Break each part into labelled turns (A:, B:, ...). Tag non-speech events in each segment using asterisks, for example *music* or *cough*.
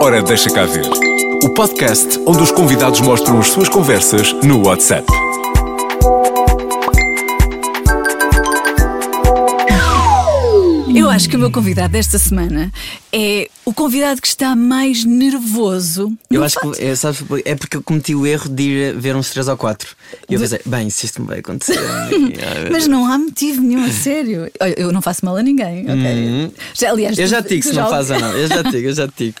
A: Ora, deixa cá ver. O podcast onde os convidados mostram as suas conversas no WhatsApp.
B: Eu acho que o meu convidado desta semana é o convidado que está mais nervoso.
C: Eu
B: Não
C: acho
B: faz-
C: que é, sabes, é porque eu cometi o erro de ir ver uns 3 ou 4. E eu pensei, bem, se isto me
B: *laughs*
C: vai acontecer.
B: Mas não há motivo nenhum, a sério. Olha, eu não faço mal a ninguém, ok? Já, aliás,
C: Uhum. eu
B: tu-
C: já te digo
B: tu
C: se não faz ou não. Eu já te digo, eu já te digo.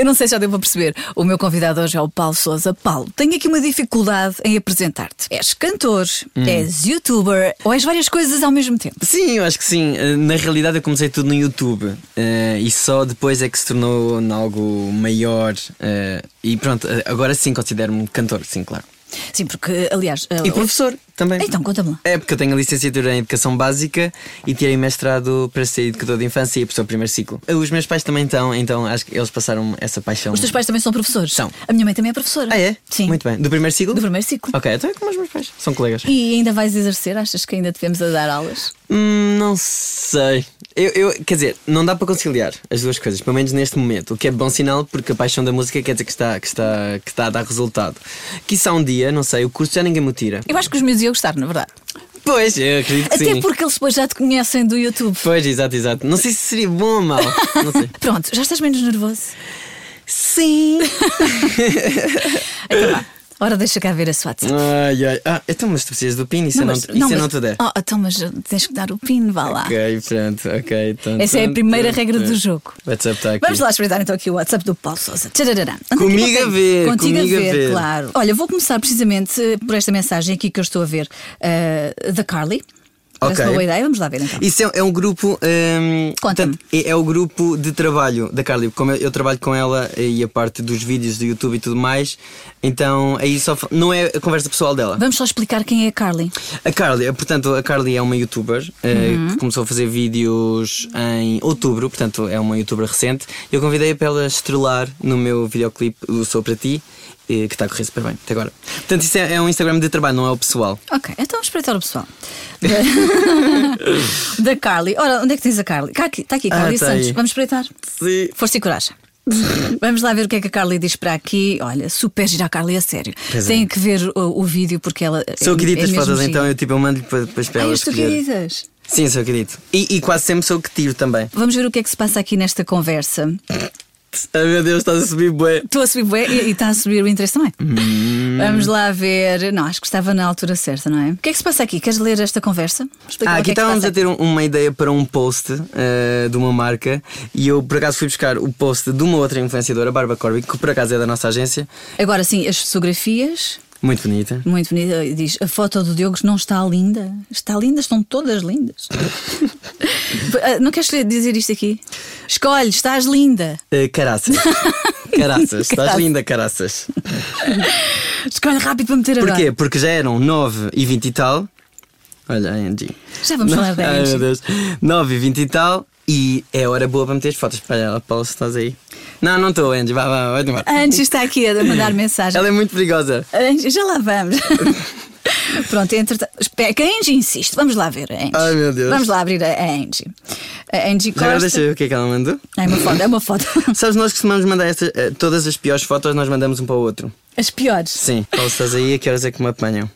B: *laughs* Eu não sei se já deu para perceber. O meu convidado hoje é o Paulo Souza. Paulo, tenho aqui uma dificuldade em apresentar-te. És cantor,
C: Hum.
B: és youtuber ou és várias coisas ao mesmo tempo.
C: Sim, eu acho que sim. Eh, Na realidade, eu comecei tudo no YouTube eh, e só depois é que se tornou em algo maior. eh, e pronto, eh, agora sim considero-me cantor, sim, claro.
B: Sim, porque, aliás. eh,
C: E professor também.
B: Então, conta-me lá.
C: É porque eu tenho a licenciatura em Educação Básica e tirei mestrado para ser educador de infância e professor de primeiro ciclo. Os meus pais também estão, então acho que eles passaram essa paixão.
B: Os teus pais também são professores?
C: São.
B: A minha mãe também é professora.
C: Ah, é?
B: Sim.
C: Muito bem. Do primeiro ciclo?
B: Do primeiro ciclo.
C: Ok, então é como os meus pais. São colegas.
B: E ainda vais exercer? Achas que ainda devemos a dar aulas?
C: Hum, não sei. Eu, eu- quer dizer, não dá para conciliar as duas coisas, pelo menos neste momento. O que é bom sinal, porque a paixão da música quer dizer que está, que está, que está a dar resultado. Quiçá um dia, não sei, o curso já ninguém me o tira.
B: Eu acho que os meus iam gostar, na verdade.
C: Pois, eu acredito que
B: Até
C: sim.
B: porque eles depois já te conhecem do YouTube.
C: Pois, exato, exato. Não sei se seria bom ou mau. Não sei.
B: Pronto, já estás menos nervoso?
C: Sim!
B: *laughs* Então vá. Ora, deixa cá ver a sua WhatsApp.
C: ai, ai. Ah, então, mas tu precisas do PIN, isso eu não,
B: mas-
C: te- isso eu
B: mas-
C: não te der.
B: Oh, então, mas tens que dar o pin, vá lá.
C: Ok, pronto, ok. Então,
B: Essa é a
C: então,
B: primeira
C: então,
B: regra do
C: então.
B: jogo.
C: WhatsApp está aqui.
B: Vamos lá espreitar então aqui o WhatsApp do Paulo Souza. Tchararará. Anda aqui
C: Comigo
B: para
C: a
B: frente.
C: ver,
B: Contigo
C: comigo
B: a
C: a
B: ver,
C: ver.
B: claro. Olha, vou começar precisamente eh, por esta mensagem aqui que eu estou a ver eh, da Carly. Parece
C: Ok.
B: uma boa ideia, vamos lá ver
C: *laughs*
B: então.
C: Isso é, é um grupo. hum,
B: Conta-me.
C: portanto, é, é o grupo de trabalho da Carly. Como eu, eu trabalho com ela e a parte dos vídeos do YouTube e tudo mais, então aí só. fa- Não é a conversa pessoal dela.
B: Vamos só explicar quem é a Carly.
C: A Carly, eh, portanto, a Carly é uma youtuber eh,
B: Uhum.
C: que começou a fazer vídeos em outubro, portanto, é uma youtuber recente. Eu convidei-a para ela estrelar no meu videoclipe do Sou Para Ti, eh, que está a correr super bem até agora. Portanto, isso é, é um Instagram de trabalho, não é o pessoal.
B: Ok, então vamos espreitar o
C: *laughs*
B: pessoal. Da, *laughs* da Carly. Ora, onde é que tens a Carly? Está aqui, tá aqui
C: Ah,
B: Carly
C: tá
B: Santos.
C: aí.
B: Vamos espreitar.
C: Sim.
B: Força e
C: *laughs*
B: coragem. Vamos lá ver o que é que a Carly diz para aqui. Olha, super gira a Carly, a sério.
C: Pois é.
B: Tem que ver o, o vídeo porque ela.
C: Sou eu que edito
B: é
C: as
B: mesmo
C: fotos,
B: gira.
C: então eu, tipo, eu mando-lhe para, depois para
B: Ah,
C: ela
B: és tu que
C: escolher.
B: editas?
C: Sim, sou eu que edito. E, e quase sempre sou eu que tiro também.
B: Vamos ver o que é que se passa aqui nesta conversa.
C: Ai meu Deus, estás a subir bué.
B: Estou a subir bué e e está a subir o interesse também.
C: Hum.
B: Vamos lá ver. Não, acho que estava na altura certa, não é? O que é que se passa aqui? Queres ler esta conversa? Explica
C: Ah,
B: lá o que
C: aqui
B: é que se
C: estávamos
B: passa
C: a ter um- uma ideia para um post eh, de uma marca e eu por acaso fui buscar o post de uma outra influenciadora, a Barba Corby, que por acaso é da nossa agência,
B: aqui. Agora sim, as fotografias.
C: muito bonita.
B: Muito bonita. E Diz: a foto do Diogo não está linda? Está linda, estão todas
C: *laughs*
B: lindas. Ah, não queres ler- dizer isto aqui? Escolhe, estás linda.
C: Eh,
B: *laughs*
C: caraças. Caraças, estás
B: Caraças.
C: linda, caraças.
B: Escolhe rápido para meter agora.
C: Porquê? Porque já eram 9 e 20 e tal. Olha, a Angie.
B: Já vamos falar da
C: *laughs* Ai
B: Angie.
C: meu Deus. 9 e 20 e tal. E é hora boa para meter as fotos para ela. Paulo, se estás aí. Não, não estou, Angie. Vá, vá, vai embora.
B: Antes está aqui a
C: *laughs*
B: mandar mensagem.
C: Ela é muito perigosa.
B: Anjo, Já lá vamos. *laughs* Pronto, entretanto. Espera, que a Angie insiste. Vamos lá ver a Angie.
C: Ai, meu Deus.
B: Vamos lá abrir a a Angie. A Angie
C: Já
B: Costa.
C: agora deixa eu ver o que é que ela mandou.
B: É uma foto, é uma foto.
C: Sabes, nós costumamos mandar estas, eh, todas as piores fotos, nós mandamos um para o outro.
B: *laughs* As piores. *laughs*
C: Sim. Paulo, se estás aí, a que horas é que me apanham?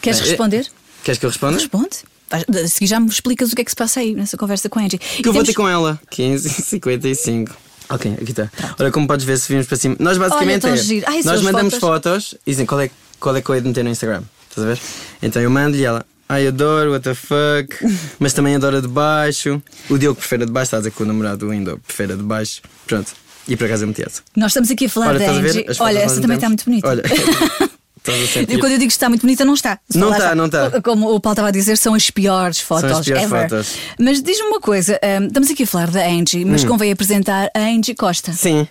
B: Queres
C: Eh,
B: responder?
C: Queres que eu responda?
B: Responde. Vais- A seguir já me explicas o que é que se passa aí nessa conversa com a Angie.
C: Que eu vou ter com ela. *laughs* 15h55. Ok, aqui está. Olha, como podes ver, se vimos para cima. Nós basicamente
B: tão
C: é,
B: giro. Ai, são
C: nós
B: as
C: mandamos
B: fotos.
C: fotos. e dizem qual é, qual é que eu hei de meter no Instagram. Estás a ver? Então eu mando-lhe e ela. Ai, adoro, what the fuck.
B: *laughs*
C: Mas também adora de baixo. O Diogo prefere a de baixo, está a dizer que o namorado ainda prefere a de baixo. Pronto. E por acaso eu meti essa.
B: Nós estamos aqui a falar
C: Olha, tá
B: da
C: estás a ver?
B: Angie.
C: As fotos
B: Olha,
C: que
B: essa
C: nós
B: também está muito
C: metemos.
B: bonita.
C: Olha, *laughs* estás a
B: E
C: sentir.
B: quando eu digo que está muito bonita, não está. Se
C: Não
B: falar
C: está,
B: só-
C: não está.
B: Como o Paulo estava a dizer, são as piores fotos
C: as piores
B: ever.
C: fotos. Hum.
B: Mas diz-me uma coisa: hum, estamos aqui a falar da Angie, mas convém apresentar a Angie Costa.
C: Sim.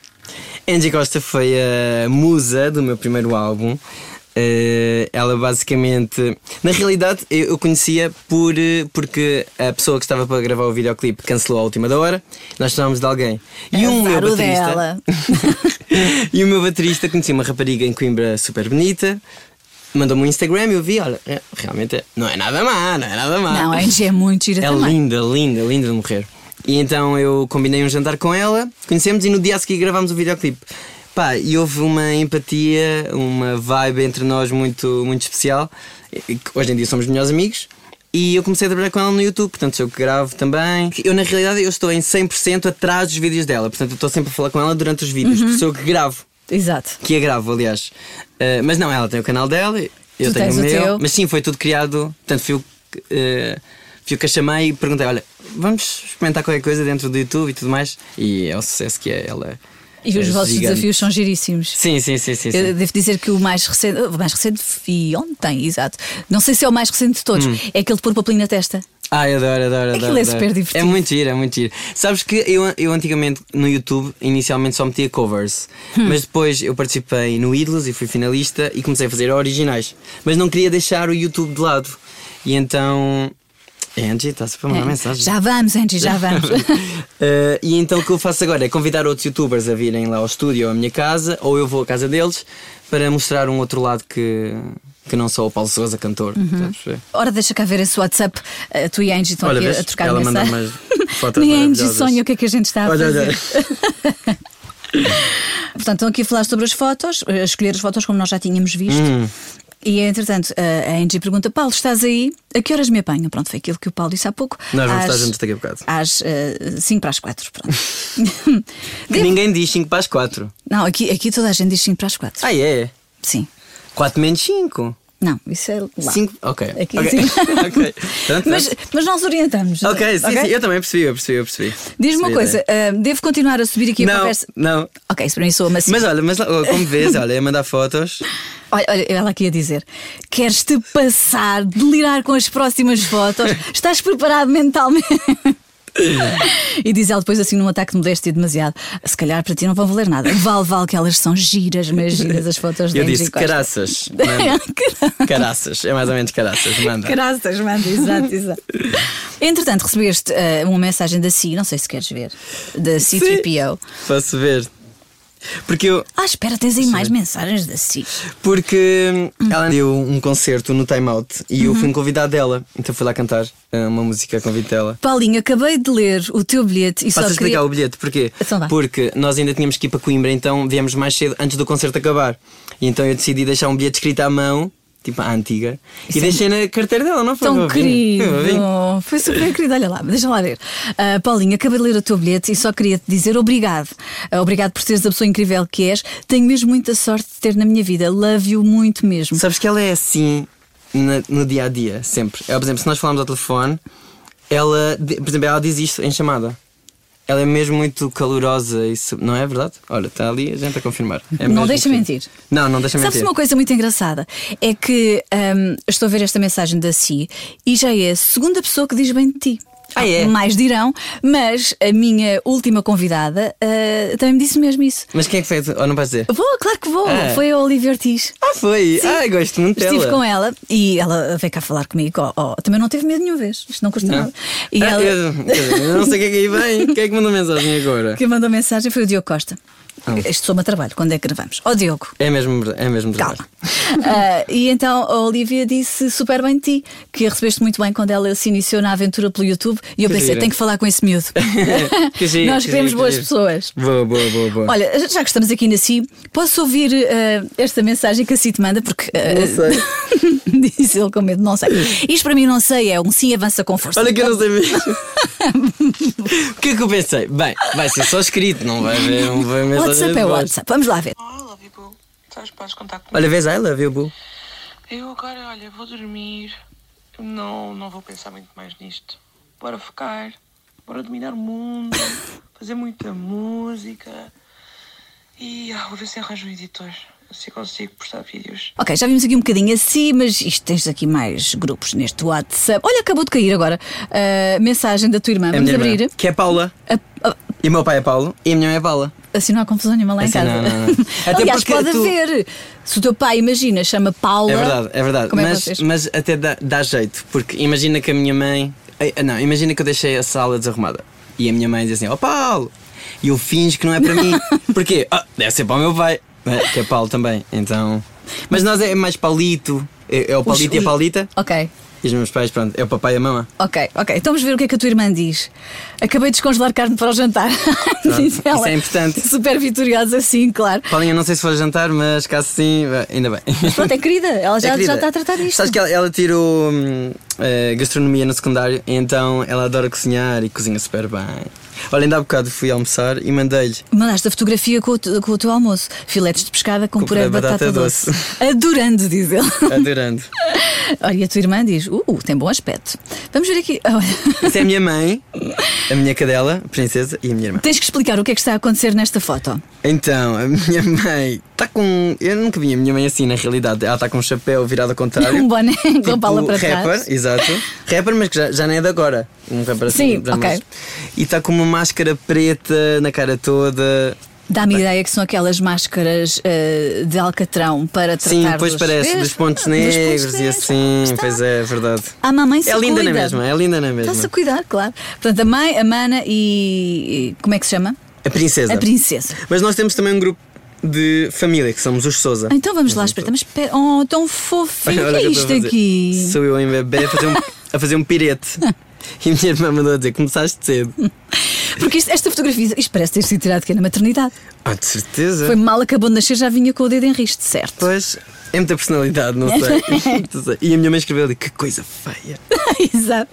C: Angie Costa foi a musa do meu primeiro álbum. Eh, ela basicamente. Na realidade, eu eu conhecia por, eh, porque a pessoa que estava para gravar o videoclipe cancelou à última da hora. Nós chamamos de alguém. E
B: É
C: o meu
B: azar o
C: baterista.
B: dela.
C: *laughs* e o meu baterista conhecia uma rapariga em Coimbra super bonita. Mandou-me um Instagram e eu vi, olha, é, realmente é- não é nada má, não é nada má.
B: Não, a Angie é muito gira
C: É
B: também.
C: linda, linda, linda de morrer. E então eu combinei um jantar com ela, conhecemos e no dia a seguir gravámos o videoclipe. Pá, e houve uma empatia, uma vibe entre nós muito, muito especial. E- Hoje em dia somos melhores amigos. E eu comecei a trabalhar com ela no YouTube, portanto sou eu que gravo também. Eu, na realidade, eu estou em 100% atrás dos vídeos dela, portanto eu estou sempre a falar com ela durante os vídeos,
B: Uhum.
C: porque sou eu que gravo.
B: Exato.
C: Que a gravo, aliás. Ah, mas não, ela tem o canal dela, eu
B: Tu
C: tenho
B: tens
C: o
B: o
C: meu.
B: teu.
C: Mas sim, foi tudo criado. Portanto, fui, eu que, ah, fui eu que a chamei e perguntei: olha, vamos experimentar qualquer coisa dentro do YouTube e tudo mais. E é o sucesso que é ela.
B: E os
C: é
B: vossos
C: gigante.
B: desafios são giríssimos.
C: Sim, sim, sim, sim. sim.
B: Eu devo dizer que o mais recente, o mais recente vi ontem, exato. Não sei se é o mais recente de todos,
C: Hum.
B: é aquele de pôr papelinho na testa.
C: Ai, adoro, adoro, adoro.
B: Aquilo é
C: adoro.
B: super divertido.
C: É muito giro, é muito giro. Sabes que eu, eu antigamente no YouTube, inicialmente só metia covers,
B: Hum.
C: mas depois eu participei no Ídolos e fui finalista e comecei a fazer originais. Mas não queria deixar o YouTube de lado. E então. É, Angie, está-se para mandar
B: É.
C: mensagem. *laughs*
B: Já vamos, Angie, já vamos.
C: Uh, e então o que eu faço agora é convidar outros youtubers a virem lá ao estúdio ou à minha casa, ou eu vou à casa deles, para mostrar um outro lado que, que não só o Paulo Souza, cantor.
B: Uhum.
C: Estás a perceber?
B: Ora, deixa cá ver esse WhatsApp. Eh, Tu e a Angie estão
C: Olha,
B: aqui
C: vês?
B: a trocar
C: Ela
B: mensagem.
C: mandou
B: *laughs*
C: umas fotos
B: Nem a Angie
C: maravilhosas.
B: sonha o que é que a gente está a
C: Olha,
B: fazer.
C: olha.
B: Portanto, estão aqui a falar sobre as fotos, eh, a escolher as fotos como nós já tínhamos visto.
C: Hum.
B: E entretanto, a a Angie pergunta: Paulo, estás aí? A que horas me apanham? Pronto, foi aquilo que o Paulo disse há pouco.
C: Nós vamos
B: Às-
C: estar juntos daqui a bocado.
B: Às 5 para as 4.
C: *laughs* Que Ninguém diz 5 para as 4.
B: Não, aqui, aqui toda a gente diz 5 para as 4.
C: Ah, é?
B: Sim.
C: 4 menos 5.
B: Não, isso é lá.
C: 5. Ok.
B: Aqui
C: ok.
B: sim.
C: *laughs* ok. Pronto,
B: mas,
C: pronto.
B: mas nós orientamos. é?
C: Ok, sim,
B: ok?
C: sim, eu também percebi, eu percebi, eu percebi.
B: Diz-me uma
C: Percebi a
B: coisa: ah, devo continuar a subir aqui a
C: ideia. Não,
B: conversa?
C: não.
B: Ok, isso para mim soa macio.
C: Mas olha, mas lá-
B: *laughs*
C: como vês, olha, ia mandar fotos.
B: Olha, olha, ela aqui a dizer: queres-te passar, delirar com as próximas fotos? Estás preparado mentalmente? *laughs* E diz ela depois assim num ataque de modéstia demasiado Se calhar para ti não vão valer nada Vale, vale que elas são giras, mas giras as fotos da
C: Eu
B: Angie
C: disse
B: Costa. *laughs*
C: caraças. Manda.
B: Cara-
C: Caraças, é mais ou menos caraças, manda.
B: Caraças, manda, exato, exato Entretanto recebeste eh, uma mensagem da Si Não sei se queres ver Da C3PO
C: Posso ver? Porque eu,
B: Ah, espera, tens aí mais mensagens da Si
C: Porque ela deu um concerto no Time Out e eu fui um convidado dela. Então fui lá cantar eh, uma música a convite dela.
B: Paulinho, acabei de ler o teu bilhete e
C: Posso
B: só queria...
C: explicar o bilhete? Porquê?
B: Então vá.
C: Porque nós ainda tínhamos que ir para Coimbra, então viemos mais cedo antes do concerto acabar. E então eu decidi deixar um bilhete escrito à mão, tipo à antiga, e deixei na carteira dela, não foi?
B: é Tão
C: Foi fofinho.
B: querido.
C: Foi fofinho.
B: Foi
C: *laughs*
B: super querido. Olha lá, deixa lá ler. Ah, Paulinho, acabei de ler o teu bilhete e só queria te dizer obrigado. Ah, obrigado por seres a pessoa incrível que és. Tenho mesmo muita sorte de ter na minha vida. Love you muito mesmo.
C: Sabes que ela é assim na- no dia a dia, sempre. Ela, por exemplo, se nós falarmos ao telefone, ela, di- por exemplo, ela diz isto em chamada. Ela é mesmo muito calorosa, isso não é verdade? Olha, está ali a gente a confirmar. É
B: Não
C: mesmo
B: deixa
C: assim.
B: mentir.
C: Não, não deixa
B: Sabes
C: mentir.
B: uma coisa muito engraçada? É que ahm, estou a ver esta mensagem da Si e já é a segunda pessoa que diz bem de ti.
C: Ah, é?
B: Mais dirão, mas a minha última convidada ah, também me disse mesmo isso.
C: Mas quem é que fez? Ou não vais dizer?
B: Vou, claro que vou.
C: Ah.
B: Foi a Olivia Ortiz.
C: Ah, foi!
B: Sim.
C: Ai, gosto muito
B: Estive
C: dela.
B: com ela e ela veio cá falar comigo. ó, ó, também não teve medo nenhuma vez, isto não custa
C: Não.
B: nada. E
C: Ah,
B: ela
C: eu, quer dizer, eu não sei o que é que aí vem. Quem é que mandou mensagem agora?
B: que mandou mensagem foi o Diogo Costa.
C: Ah.
B: Este sou-me a trabalho, quando é que gravamos? Ó Diogo,
C: É mesmo, verdade, é mesmo
B: calma.
C: verdade.
B: *laughs* Ah, e então a Olivia disse super bem de ti, que a recebeste muito bem quando ela se iniciou na aventura pelo YouTube. E eu
C: Que
B: pensei,
C: gira.
B: tenho que falar com esse miúdo.
C: *laughs* Que
B: *laughs*
C: giro,
B: Nós
C: que
B: queremos
C: giro,
B: boas
C: que giro.
B: pessoas.
C: Boa, boa, boa, boa.
B: Olha, já que estamos aqui na Si, posso ouvir eh, esta mensagem que a Si te manda? Porque. não sei. *laughs* diz ele com medo, não sei. Isto para mim não sei, é um sim avança com força.
C: Olha que eu não
B: *laughs*
C: sei mesmo. o que é que eu pensei? Bem, vai ser só escrito, não vai ver, não vai ver
B: WhatsApp é WhatsApp, vamos lá ver.
D: Oh, I love you, boo. Sabes, podes contar comigo.
C: Olha, vês I love you, boo. É
D: Eu agora, olha, vou dormir. Não, não vou pensar muito mais nisto. Bora focar. Bora dominar o mundo. Fazer muita música. E ah, vou ver se arranjo um editor. Se consigo postar vídeos.
B: Ok, já vimos aqui um bocadinho assim, mas isto tens aqui mais grupos neste WhatsApp. Olha, acabou de cair agora a mensagem da tua irmã.
C: É a
B: vamos
C: minha irmã,
B: abrir.
C: Que é Paula.
B: A- a-
C: E o meu pai é Paulo e a minha mãe é Paula.
B: assim não há confusão nenhuma lá em
C: Assim
B: casa.
C: não,
B: *laughs*
C: não, não. Até
B: Aliás,
C: porque
B: pode
C: tu-
B: haver. Se o teu pai, imagina, chama Paula.
C: É verdade, é verdade.
B: Como é que
C: mas,
B: vocês?
C: mas até dá, dá jeito, porque imagina que a minha mãe. Ei, Não, imagina que eu deixei a sala desarrumada e a minha mãe diz assim: Ó Paulo! E eu finjo que não é para
B: *laughs*
C: mim. Porquê? Ah, deve ser para o meu pai, né, que é Paulo também. Então. Mas nós é mais Paulito. É, é o Paulito e a
B: os-
C: Paulita.
B: Ok.
C: E E os meus pais, pronto, é o papai e a mamã.
B: Ok, ok. Então vamos ver o que é que a tua irmã diz. Acabei de descongelar carne para o
C: *laughs*
B: jantar. diz
C: isso é importante.
B: Super vitoriosa, sim, claro.
C: Paulinha, não sei se for jantar, mas caso sim, eh, ainda bem. *laughs*
B: Pronto, é querida, ela já,
C: É, querida,
B: já está a tratar disto.
C: Sabes que ela, ela tirou hum, eh, gastronomia no secundário, então ela adora cozinhar e cozinha super bem. Olha, ainda há bocado fui almoçar e mandei-lhe.
B: Mandaste a fotografia com o, te- com o teu almoço. Filetes de pescada com, puré de batata, doce. Adorando, diz ele. *laughs*
C: Adorando.
B: Olha, e a tua irmã diz: Uh, uh, tem bom aspecto. Vamos ver aqui. *laughs* Olha.
C: Isso é a minha mãe, a minha cadela, a princesa e a minha irmã.
B: Tens que explicar o que é que está a acontecer nesta foto.
C: Então, a minha mãe está com. Eu nunca vi a minha mãe assim, na realidade. Ela está com um chapéu virado ao
B: *laughs*
C: contrário.
B: Um boné com a
C: tipo
B: pala para
C: rapper,
B: trás.
C: exato. Rapper, mas que já, já não é de agora. Um rapper assim.
B: Sim,
C: já
B: ok.
C: mais- E está com uma máscara preta na cara toda.
B: Dá-me ideia que são aquelas máscaras ah, de alcatrão para tratar
C: Sim, depois
B: dos-
C: parece,
B: Vês?
C: dos pontos
B: *laughs* Dos pontos
C: negros e
B: negros.
C: assim.
B: Está.
C: Pois é, é verdade.
B: A mamãe se
C: É linda na
B: cuida.
C: mesma, é linda na
B: Está-se a
C: mesma.
B: cuidar, claro. Portanto, a mãe, a mana e. e- Como é que se chama?
C: A princesa.
B: A princesa.
C: Mas nós temos também um grupo de família, que somos os Souza. *laughs*
B: Então vamos lá, espera. Mas espera. Oh, tão fofinho. O que é
C: eu
B: isto
C: estou a fazer.
B: aqui?
C: Sou eu em bebê a fazer um, a fazer um
B: *laughs*
C: pirete. E a minha irmã mandou a dizer: começaste cedo.
B: Porque isto- esta fotografia, isto parece ter sido tirado aqui na maternidade.
C: Ah, de certeza.
B: Foi mal, acabou de nascer, já vinha com o dedo em riste, certo?
C: Pois, é muita personalidade, não sei. Não sei. E a minha mãe escreveu ali: que coisa
B: *laughs*
C: feia.
B: *laughs* Exato.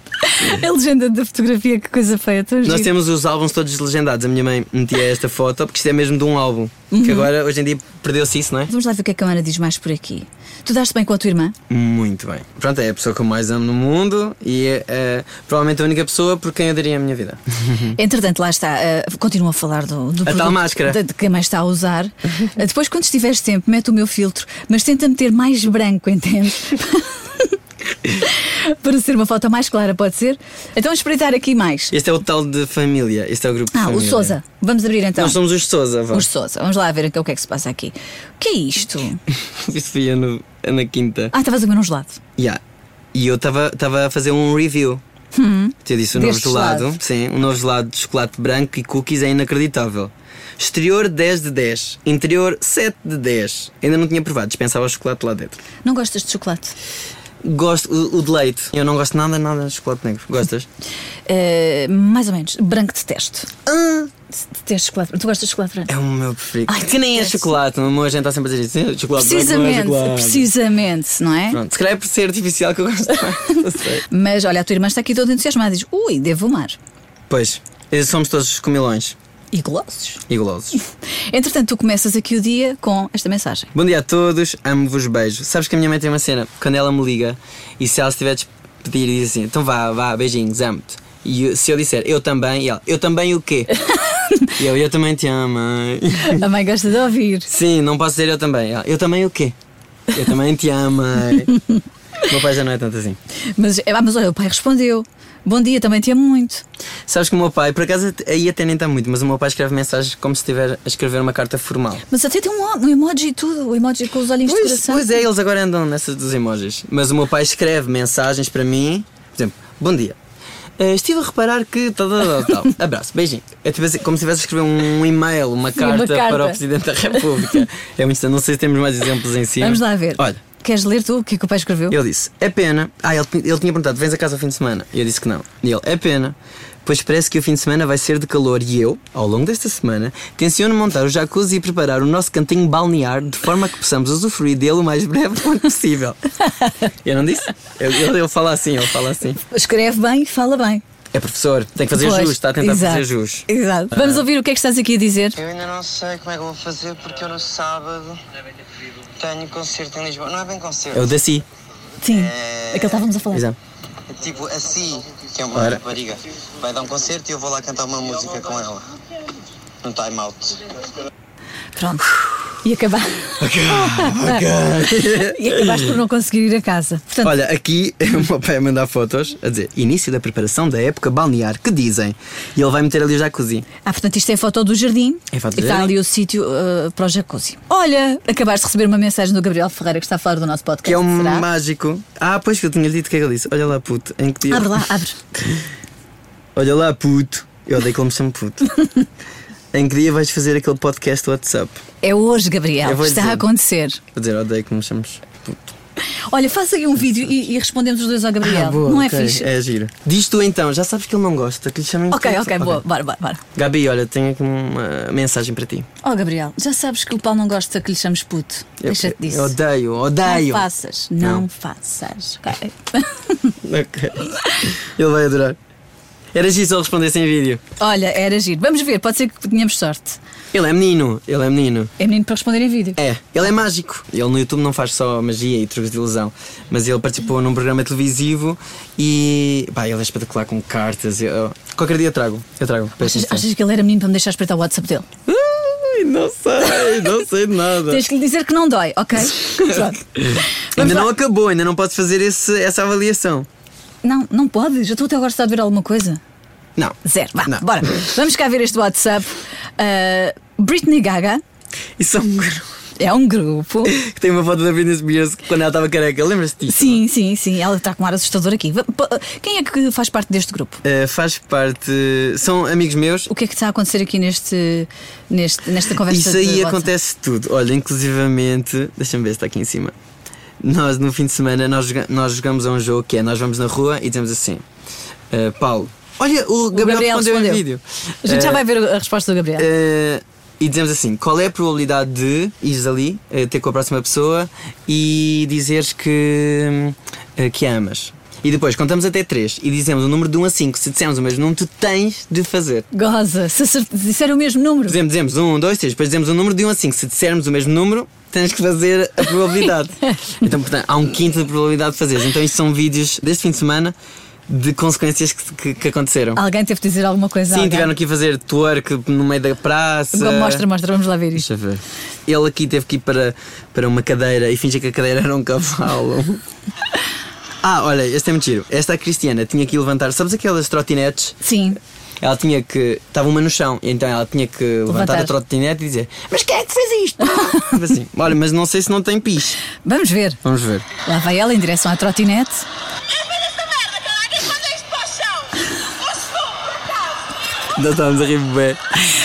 B: É A legenda da fotografia, que coisa feia. Tão
C: Nós
B: giro.
C: temos os álbuns todos legendados. A minha mãe metia esta foto, porque isto é mesmo de um álbum.
B: Uhum.
C: Que agora, hoje em dia, perdeu-se isso, não é?
B: Vamos lá ver o que é que a Ana diz mais por aqui. Tu daste bem com a tua irmã?
C: Muito bem. Pronto, é a pessoa que eu mais amo no mundo e é eh, provavelmente a única pessoa por quem eu daria a minha vida.
B: Entretanto, lá está, uh, continuo a falar do, do
C: Hum. A tal
B: produto
C: máscara.
B: De, de quem mais está a
C: *laughs*
B: usar. Uh, depois, quando estiveres tempo, mete o meu filtro, mas tenta meter mais branco,
C: *laughs*
B: entendes? Para ser uma foto mais clara, pode ser? Então, vamos espreitar aqui mais.
C: Este é o tal de família. Este é o grupo de
B: Ah, o
C: família.
B: Souza. Vamos abrir então.
C: Nós somos os Souza, vá.
B: Os Souza. Vamos lá ver o que é que se passa aqui. O que é isto?
C: *laughs* Isso foi ano- na quinta.
B: Ah, estavas a comer um gelado.
C: Yeah. E eu estava a fazer um review. Eu disse um novo
B: Hum. Deste
C: gelado.
B: gelado.
C: Sim, um novo gelado de chocolate branco e cookies é inacreditável. Exterior 10 de 10, interior 7 de 10. Ainda não tinha provado, dispensava o chocolate lá dentro.
B: Não gostas de chocolate?
C: Gosto o, o de leite. Eu não gosto nada, nada de chocolate negro. Gostas?
B: Uh, mais ou menos. Branco detesto.
C: Ah.
B: Detesto chocolate. branco. Tu gostas de chocolate branco?
C: É o meu preferido.
B: Ai,
C: que nem é
B: parece.
C: chocolate, o meu gente está sempre a dizer isso. "Eh, Chocolate branco não é
B: Precisamente,
C: chocolate."
B: precisamente, não é?
C: Pronto, se calhar é por ser artificial que eu gosto mais. *laughs* não sei.
B: Mas olha, a tua irmã está aqui toda entusiasmada diz: Ui, devo amar.
C: Pois, somos todos comilões
B: E glossos.
C: e golosos.
B: Entretanto, tu começas aqui o dia com esta mensagem.
C: *laughs* Bom dia a todos, amo-vos, beijo. Sabes que a minha mãe tem uma cena, quando ela me liga e se ela estiver a pedir, diz assim: então vá, vá, beijinhos, amo-te. E eu- se eu disser eu também, e ela, eu também o quê? e eu, eu também te amo, mãe.
B: A mãe gosta de ouvir.
C: Sim, não posso dizer eu também. Ela, eu também o quê? Eu também te amo, mãe. Meu pai já não é tanto assim.
B: Mas, ah, mas olha, o pai respondeu: Bom dia, também te amo muito.
C: Sabes que o meu pai, por acaso aí até nem está muito, mas o meu pai escreve mensagens como se estiver a escrever uma carta formal.
B: Mas até tem um, um emoji e tudo, o emoji com os olhinhos de
C: Pois,
B: coração.
C: pois é, eles agora andam nessas dos emojis. Mas o meu pai escreve mensagens para mim, por exemplo, bom dia. Eh, estive a reparar que. Tal, tal, tal,
B: *laughs*
C: tal. Abraço, beijinho. É tipo assim, como se estivesse a escrever um e-mail, uma carta,
B: carta.
C: para o Presidente
B: *laughs*
C: da República. é muito estranho. Não sei se temos mais exemplos em cima.
B: Vamos lá ver.
C: Olha,
B: Queres ler tu o que, é que o pai escreveu?
C: ele disse: é pena. Ah, ele, ele tinha perguntado: vens a casa ao fim de semana? E eu disse que não. E ele: é pena. Pois parece que o fim de semana vai ser de calor e eu, ao longo desta semana, tenciono montar o jacuzzi e preparar o nosso cantinho balnear de forma que possamos usufruir dele o mais breve *laughs* quanto possível. eu não disse? Ele, ele, ele fala assim, ele fala assim.
B: Escreve bem e fala bem.
C: É professor, tem que fazer
B: Pois,
C: jus, está a tentar
B: exato,
C: fazer jus. Ah.
B: Exato. Vamos ouvir o que é que estás aqui a dizer.
E: Eu ainda não sei como é que eu vou fazer porque eu no sábado tenho concerto em Lisboa. Não é bem concerto.
C: Eu desci,
B: Sim. Aquele estávamos a falar.
C: exato.
E: É Tipo, assim, que é uma
C: Ora.
E: rapariga, vai dar um concerto e eu vou lá cantar uma música com ela. No time out.
B: Pronto. E acabar. *laughs* e acabaste por não conseguir ir a casa. Portanto,
C: Olha, aqui *laughs* é o meu pai a mandar fotos a dizer início da preparação da época balnear, que dizem? E ele vai meter ali o jacuzzi.
B: ah, portanto isto é foto do jardim.
C: É foto do
B: e está
C: jardim.
B: ali o sítio ah, para o jacuzzi. Olha, acabaste de receber uma mensagem do Gabriel Ferreira que está a falar do nosso podcast.
C: Que é um
B: será?
C: mágico. Ah, pois que eu tinha lhe dito o que é que ele disse. Olha lá, puto. Em que dia?
B: Abre lá, abre.
C: Olha lá, puto. Eu odeio que ele me chame puto.
B: *laughs*
C: em que dia vais fazer aquele podcast do WhatsApp?
B: É hoje, Gabriel.
C: Eu vou
B: Está a
C: dizer.
B: acontecer.
C: Vou dizer, odeio que me chames puto.
B: Olha, faça aí um vídeo e, e respondemos os dois ao Gabriel.
C: Ah, boa,
B: não é
C: ok,
B: fixe?
C: É um giro. Diz tu então, já sabes que ele não gosta, que lhe chamem
B: Ok,
C: por-
B: ok, boa. Bora, bora, bora.
C: Gabi, olha, tenho aqui uma mensagem para ti.
B: Ó Gabriel, já sabes que o Paulo não gosta que lhe chames puto.
C: Eu-
B: Deixa-te disso. Ah,
C: Eu odeio, odeio.
B: Não faças, não,
C: Não.
B: faças. ok?
C: *laughs* Ok. Ele vai adorar. Era giro se ele respondesse em vídeo.
B: Olha, era giro. Vamos ver, pode ser que tenhamos sorte.
C: Ele é menino, ele é menino.
B: É menino para responder em vídeo.
C: É, ele é mágico. Ele no YouTube não faz só magia e truques de ilusão, mas ele participou num programa televisivo e. pá, ele é espetacular com cartas. Eu- qualquer dia eu trago. Eu trago.
B: Achas, achas que ele era menino para me deixar espreitar o WhatsApp dele?
C: Ai, não sei, não sei de nada.
B: Tens que lhe dizer que não dói, ok? Pronto.
C: ainda
B: Vamos lá.
C: não acabou, ainda não podes fazer esse- essa avaliação.
B: Não, não pode. Já estou até agora só a ver alguma coisa.
C: Não.
B: Zero, vá,
C: Não.
B: bora. Vamos cá ver este WhatsApp. Ah, Britney Gaga
C: Isso é um grupo
B: é um grupo.
C: que tem uma foto da Britney Spears quando ela estava careca. Lembras-te disso?
B: Sim, sim, sim. Ela está com um ar assustador aqui. Va- pa- Quem é que faz parte deste grupo?
C: Eh, faz parte. São amigos meus.
B: O que é que está a acontecer aqui neste, neste, nesta conversa?
C: Isso
B: de
C: aí
B: WhatsApp?
C: acontece tudo. Olha, inclusivamente, deixa-me ver se está aqui em cima. Nós, no fim de semana, nós, joga- nós jogamos a um jogo que é: nós vamos na rua e dizemos assim, eh, Paulo, olha, o Gabriel,
B: Gabriel
C: respondeu,
B: respondeu.
C: em vídeo.
B: A gente já
C: Eh,
B: vai ver a resposta do Gabriel.
C: eh, e dizemos assim: qual é a probabilidade de ires ali, eh, ter com a próxima pessoa e dizeres que, hum, eh, que a amas? E depois contamos até 3 e dizemos o número de 1 a 5. Se dissermos o mesmo número, tu tens de fazer.
B: Goza, se acer- disser o mesmo número.
C: Dizemos, dizemos 1, 2, 3, depois dizemos um número de 1 a 5. Se dissermos o mesmo número, tens que fazer a probabilidade. então, portanto, há um quinto de probabilidade de fazeres. Então, isto são vídeos deste fim de semana de consequências que, que- que aconteceram.
B: Alguém teve de dizer alguma coisa a
C: Sim,
B: alguém?
C: tiveram que ir fazer twerk no meio da praça.
B: Mostra, mostra, vamos lá ver isto.
C: Deixa eu ver. Ele aqui teve que ir para, para uma cadeira e fingir que a cadeira era um cavalo. ah, olha, este é muito giro. Esta a Cristiana tinha que ir levantar. Sabes aquelas trotinetes?
B: Sim.
C: Ela tinha que. Estava uma no chão, então ela tinha que levantar,
B: Levantar.
C: a trotinete e dizer: Mas quem é que fez
B: *laughs*
C: isto? Tipo assim, olha, mas não sei se não tem pis.
B: Vamos ver.
C: Vamos ver.
B: Lá vai ela em direção à trotinete.
C: Nós estávamos a rir bem.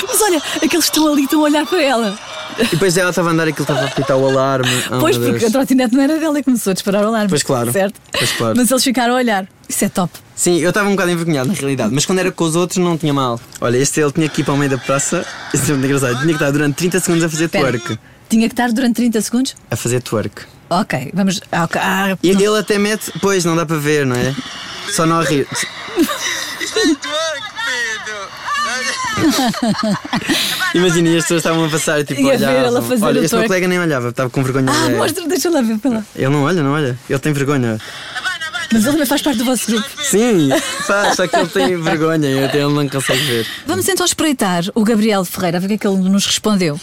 B: Mas olha, aqueles que estão ali estão a olhar para ela.
C: E depois ela estava a andar aquilo, estava a apitar o alarme. Oh,
B: pois,
C: meu
B: porque a
C: Deus.
B: trotinete não era dela e começou a disparar o alarme.
C: Pois claro.
B: Certo?
C: Pois claro.
B: Mas eles ficaram a olhar. Isso é top.
C: Sim, eu estava um bocado envergonhado na realidade, mas quando era com os outros não tinha mal. Olha, este ele tinha que ir para o meio da praça, isso é muito engraçado, tinha que estar durante 30 segundos a fazer
B: Espera.
C: twerk.
B: Tinha que estar durante 30 segundos?
C: A fazer twerk.
B: Ok, vamos. Ah, ok. Ah,
C: E
B: não-
C: ele até mete, pois não dá para ver, não é? Só não a rir.
E: Isto é twerk, Pedro! *laughs*
C: Imagina, e as pessoas estavam a passar e tipo
B: E a ver
C: olhavam.
B: ela fazer
C: Olha,
B: o
C: este meu
B: twerk.
C: colega nem olhava, estava com vergonha.
B: Ah,
C: alheia.
B: mostra, deixa lá ver pela.
C: Ele não olha, não olha. Ele tem vergonha.
B: Mas ele também faz parte do vosso grupo.
C: Sim, faz, só que ele tem vergonha e até ele não consegue ver.
B: Vamos então espreitar o Gabriel Ferreira, a ver o que é que ele nos respondeu.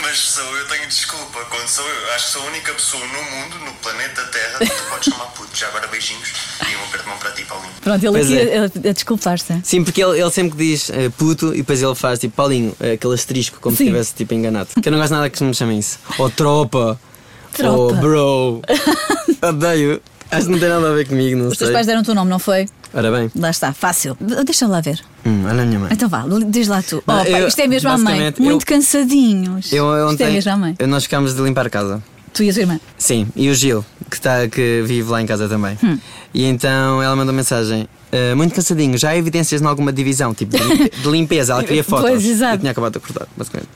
F: Mas sou eu, tenho desculpa. Quando sou eu, acho que sou a única pessoa no mundo, no planeta Terra, que tu podes chamar puto. Já agora beijinhos e um aperto de mão para ti, Paulinho.
B: Pronto, ele
C: Pois
B: aqui
C: é.
B: a, a, a desculpar-se. hein?
C: Sim, porque ele, ele sempre que diz eh, puto e depois ele faz tipo Paulinho, eh, aquele asterisco, como
B: Sim.
C: se tivesse tipo enganado. Que eu não gosto nada que me chamem isso. Ou tropa,
B: Tropa.
C: ou
B: *laughs*
C: bro. Odeio. Acho que não tem nada a ver comigo, não
B: Os teus
C: sei.
B: pais deram-te o nome, não foi?
C: Ora bem,
B: Lá está, fácil. Deixa-me lá ver.
C: Hum, olha a minha mãe.
B: Então vá, diz lá tu. Oh,
C: Não,
B: pá,
C: eu-
B: isto é mesmo à mãe.
C: basicamente,
B: Muito
C: eu-
B: cansadinhos.
C: Eu, eu
B: isto
C: ontem,
B: é mesmo à mãe.
C: Nós ficámos de limpar a casa.
B: Tu e a tua irmã.
C: Sim, e o Gil, que, tá, que vive lá em casa também.
B: Hum.
C: E então ela mandou mensagem. "Ah, muito cansadinho, já há evidências em alguma divisão, tipo de,
B: *laughs*
C: limpe- de limpeza. Ela queria fotos.
B: Pois, exato.
C: Eu tinha acabado de acordar, basicamente.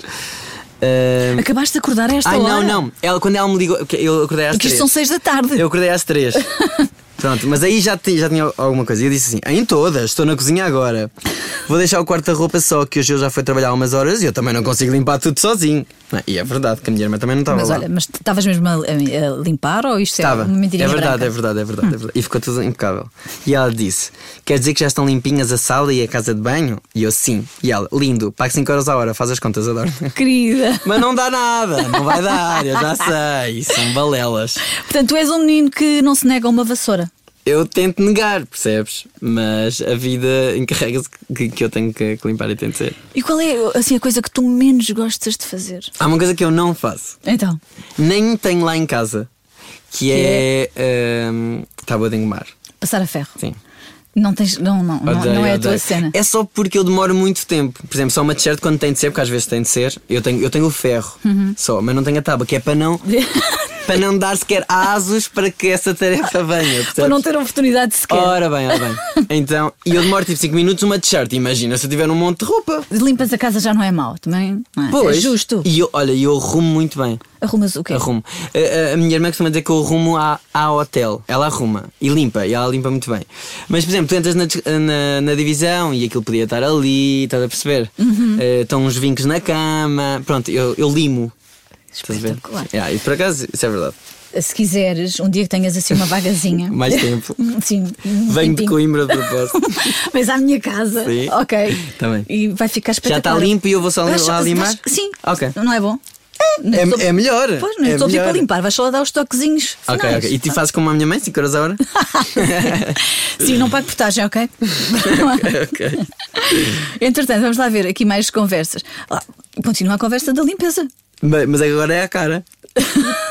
C: Ah,
B: Acabaste de acordar a esta
C: ai,
B: hora?
C: não, não. Ela, quando ela me ligou, porque eu acordei às
B: Porque isto
C: três.
B: são seis da tarde.
C: Eu acordei
B: *laughs*
C: às três. Pronto, mas aí já, ti- já tinha alguma coisa. E eu disse assim: em todas, estou na cozinha agora. Vou deixar o quarto da roupa só, que hoje eu já fui trabalhar umas horas e eu também não consigo limpar tudo sozinho. Não é? E é verdade, que a minha irmã também não estava
B: Mas
C: lá.
B: olha, mas estavas mesmo a, a- a limpar ou isto é
C: Estava.
B: uma mentirinha
C: É verdade,
B: branca?
C: é verdade, é verdade, é verdade. E ficou tudo impecável. E ela disse: Quer dizer que já estão limpinhas a sala e a casa de banho? E eu sim. E ela, lindo, pague 5 horas a hora, faz as contas, adoro. *laughs*
B: Querida.
C: Mas não dá nada, não vai dar, eu já sei, são balelas.
B: Portanto, tu és um menino que não se nega a uma vassoura.
C: Eu tento negar, percebes? Mas a vida encarrega-se que, que eu tenho que, que limpar e tento ser.
B: E qual é assim, a coisa que tu menos gostas de fazer?
C: Há uma coisa que eu não faço,
B: Então,
C: nem tenho lá em casa, que, é, ehm, tábua de engomar.
B: passar a ferro.
C: Sim.
B: Não tens. Não, não, não,
C: Odeio,
B: não é a
C: odeio.
B: tua cena.
C: É só porque eu demoro muito tempo. Por exemplo, só uma
B: Uhum. *laughs*
C: t-shirt quando tem de ser, porque às vezes tem de ser. Eu tenho, eu tenho o ferro só, mas não tenho a tábua, que é para não. para não dar sequer asos para que essa tarefa venha.
B: *laughs* Para não
C: percebes?
B: ter oportunidade sequer.
C: Ora bem, ora bem. Então, e eu demoro tipo 5 minutos uma t-shirt. Imagina se eu tiver um monte de roupa.
B: Limpas a casa já não é mau, também. não Ah, é?
C: Pois.
B: É justo.
C: E eu, olha, eu arrumo muito bem.
B: Arrumas o quê?
C: Arrumo. A, a- a minha irmã costuma dizer que eu arrumo à, à hotel. Ela arruma e limpa, e ela limpa muito bem. Mas, por exemplo, tu entras na, dis- na, na divisão e aquilo podia estar ali, estás a perceber?
B: Uhum.
C: Eh, estão uns vincos na cama. Pronto, eu, eu limo. Estás a ver?
B: Espetacular.
C: Yeah, e por acaso, isso é verdade.
B: Se quiseres, um dia que tenhas assim uma vagazinha. *laughs*
C: *laughs* Mais tempo.
B: Sim. um
C: Venho de
B: tempinho.
C: Coimbra de propósito.
B: *laughs* Mas à minha casa.
C: Sim.
B: Ok.
C: Tá bem.
B: E vai ficar
C: Já
B: espetacular.
C: está limpo e eu vou só
B: Vais-
C: lá limar?
B: vais- Sim.
C: Ok.
B: Não é bom?
C: É-
B: Não estou-
C: é melhor.
B: Pois, não
C: É
B: estou a pedir
C: melhor.
B: para limpar, vais só lá dar os toquezinhos.
C: Ok,
B: finais.
C: ok. E tipo- tu fazes como a minha mãe, 5 horas a hora?
B: *laughs* Sim, não pago portagem, ok?
C: *laughs* ok.
B: Entretanto, vamos lá ver aqui mais conversas. Ah, Continua a conversa da limpeza.
C: Mas mas agora é a cara.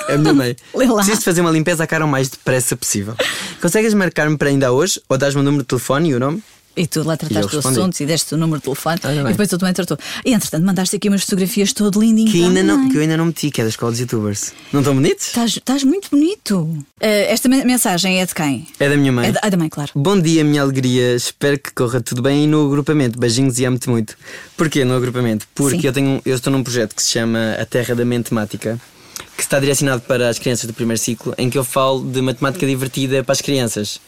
C: É a minha mãe.
B: *laughs* Lê lá.
C: Preciso de fazer uma limpeza à cara o mais depressa possível. Consegues marcar-me para ainda hoje? Ou dás-me o número de telefone e o nome?
B: E tu lá
C: E eu
B: trataste do
C: respondi.
B: assunto e deste o número de telefone
C: Olha
B: e
C: bem.
B: depois tu também tratou. E entretanto, mandaste aqui umas fotografias todo lindinho.
C: Que, ainda não,
B: também.
C: que eu ainda não meti, que é da escola dos youtubers. Não estão bonitos?
B: Estás, estás muito bonito. Eh, esta men- mensagem é de quem?
C: É da minha mãe.
B: É da, ah, da mãe, claro.
C: Bom dia, minha alegria. Espero que corra tudo bem e no agrupamento. Beijinhos e amo-te muito. Porquê no agrupamento? Porque
B: Sim.
C: eu, tenho, um- eu estou num projeto que se chama A Terra da Mente Temática, que está direcionado para as crianças do primeiro ciclo, em que eu falo de matemática divertida para as crianças.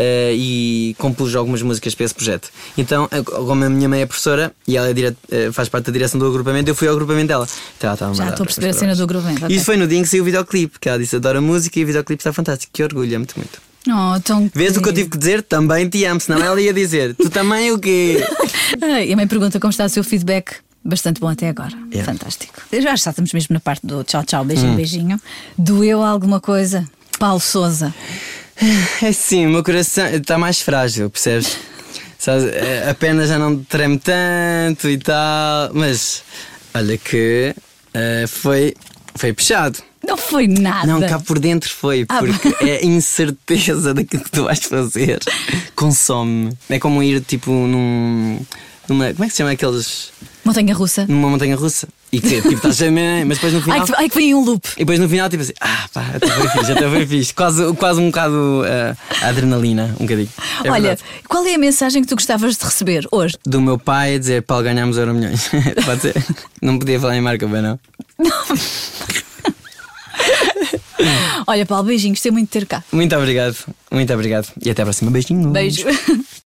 C: Eh, e compus algumas músicas para esse projeto. Então, eh, como a minha mãe é professora e ela é dire- eh, faz parte da direção do agrupamento, eu fui ao agrupamento dela. Então, ela estava
B: Já estou a perceber a cena do agrupamento, ok.
C: Isso foi no dia em que saiu o videoclipe, que ela disse: adoro a música e o videoclipe está fantástico. Que orgulho, amo-te muito.
B: Oh, tão
C: Vês o que eu tive
B: querido.
C: que dizer? Também te amo, senão ela ia dizer Tu também o quê?
B: *laughs* Ah, E a mãe pergunta como está o seu feedback. Bastante bom até agora.
C: É. Hum.
B: Fantástico. Eu Já já estamos mesmo na parte do tchau, tchau, beijinho, beijinho. Doeu alguma coisa? Paulo Souza.
C: *laughs* É sim, o meu coração está mais frágil, percebes? Sabes, a- a perna já não treme tanto e tal Mas, olha que eh, foi, foi puxado
B: Não foi nada.
C: Não, cá por dentro foi,
B: Ah,
C: porque é a incerteza daquilo que tu vais *laughs* fazer Consome-me É como ir tipo num... Numa, como é que se chama aqueles...
B: Montanha russa.
C: Numa montanha russa E que tipo, estás a mãe, mas depois no final
B: Ai que, ai que vem um loop.
C: E depois no final, tipo assim, ah pá, até foi fixe, até foi fixe. Quase, quase um bocado eh, a adrenalina, um bocadinho. É
B: Olha,
C: verdade.
B: qual é a mensagem que tu gostavas de receber hoje?
C: Do meu pai a dizer, Paulo, ganhámos euro milhões. *laughs* Pode ser? Não podia falar em marca, bem não?
B: Olha, Paulo, beijinhos, gostei muito de ter cá.
C: Muito obrigado, muito obrigado. E até à próxima.
B: *laughs*
C: Beijinho.
B: Beijo.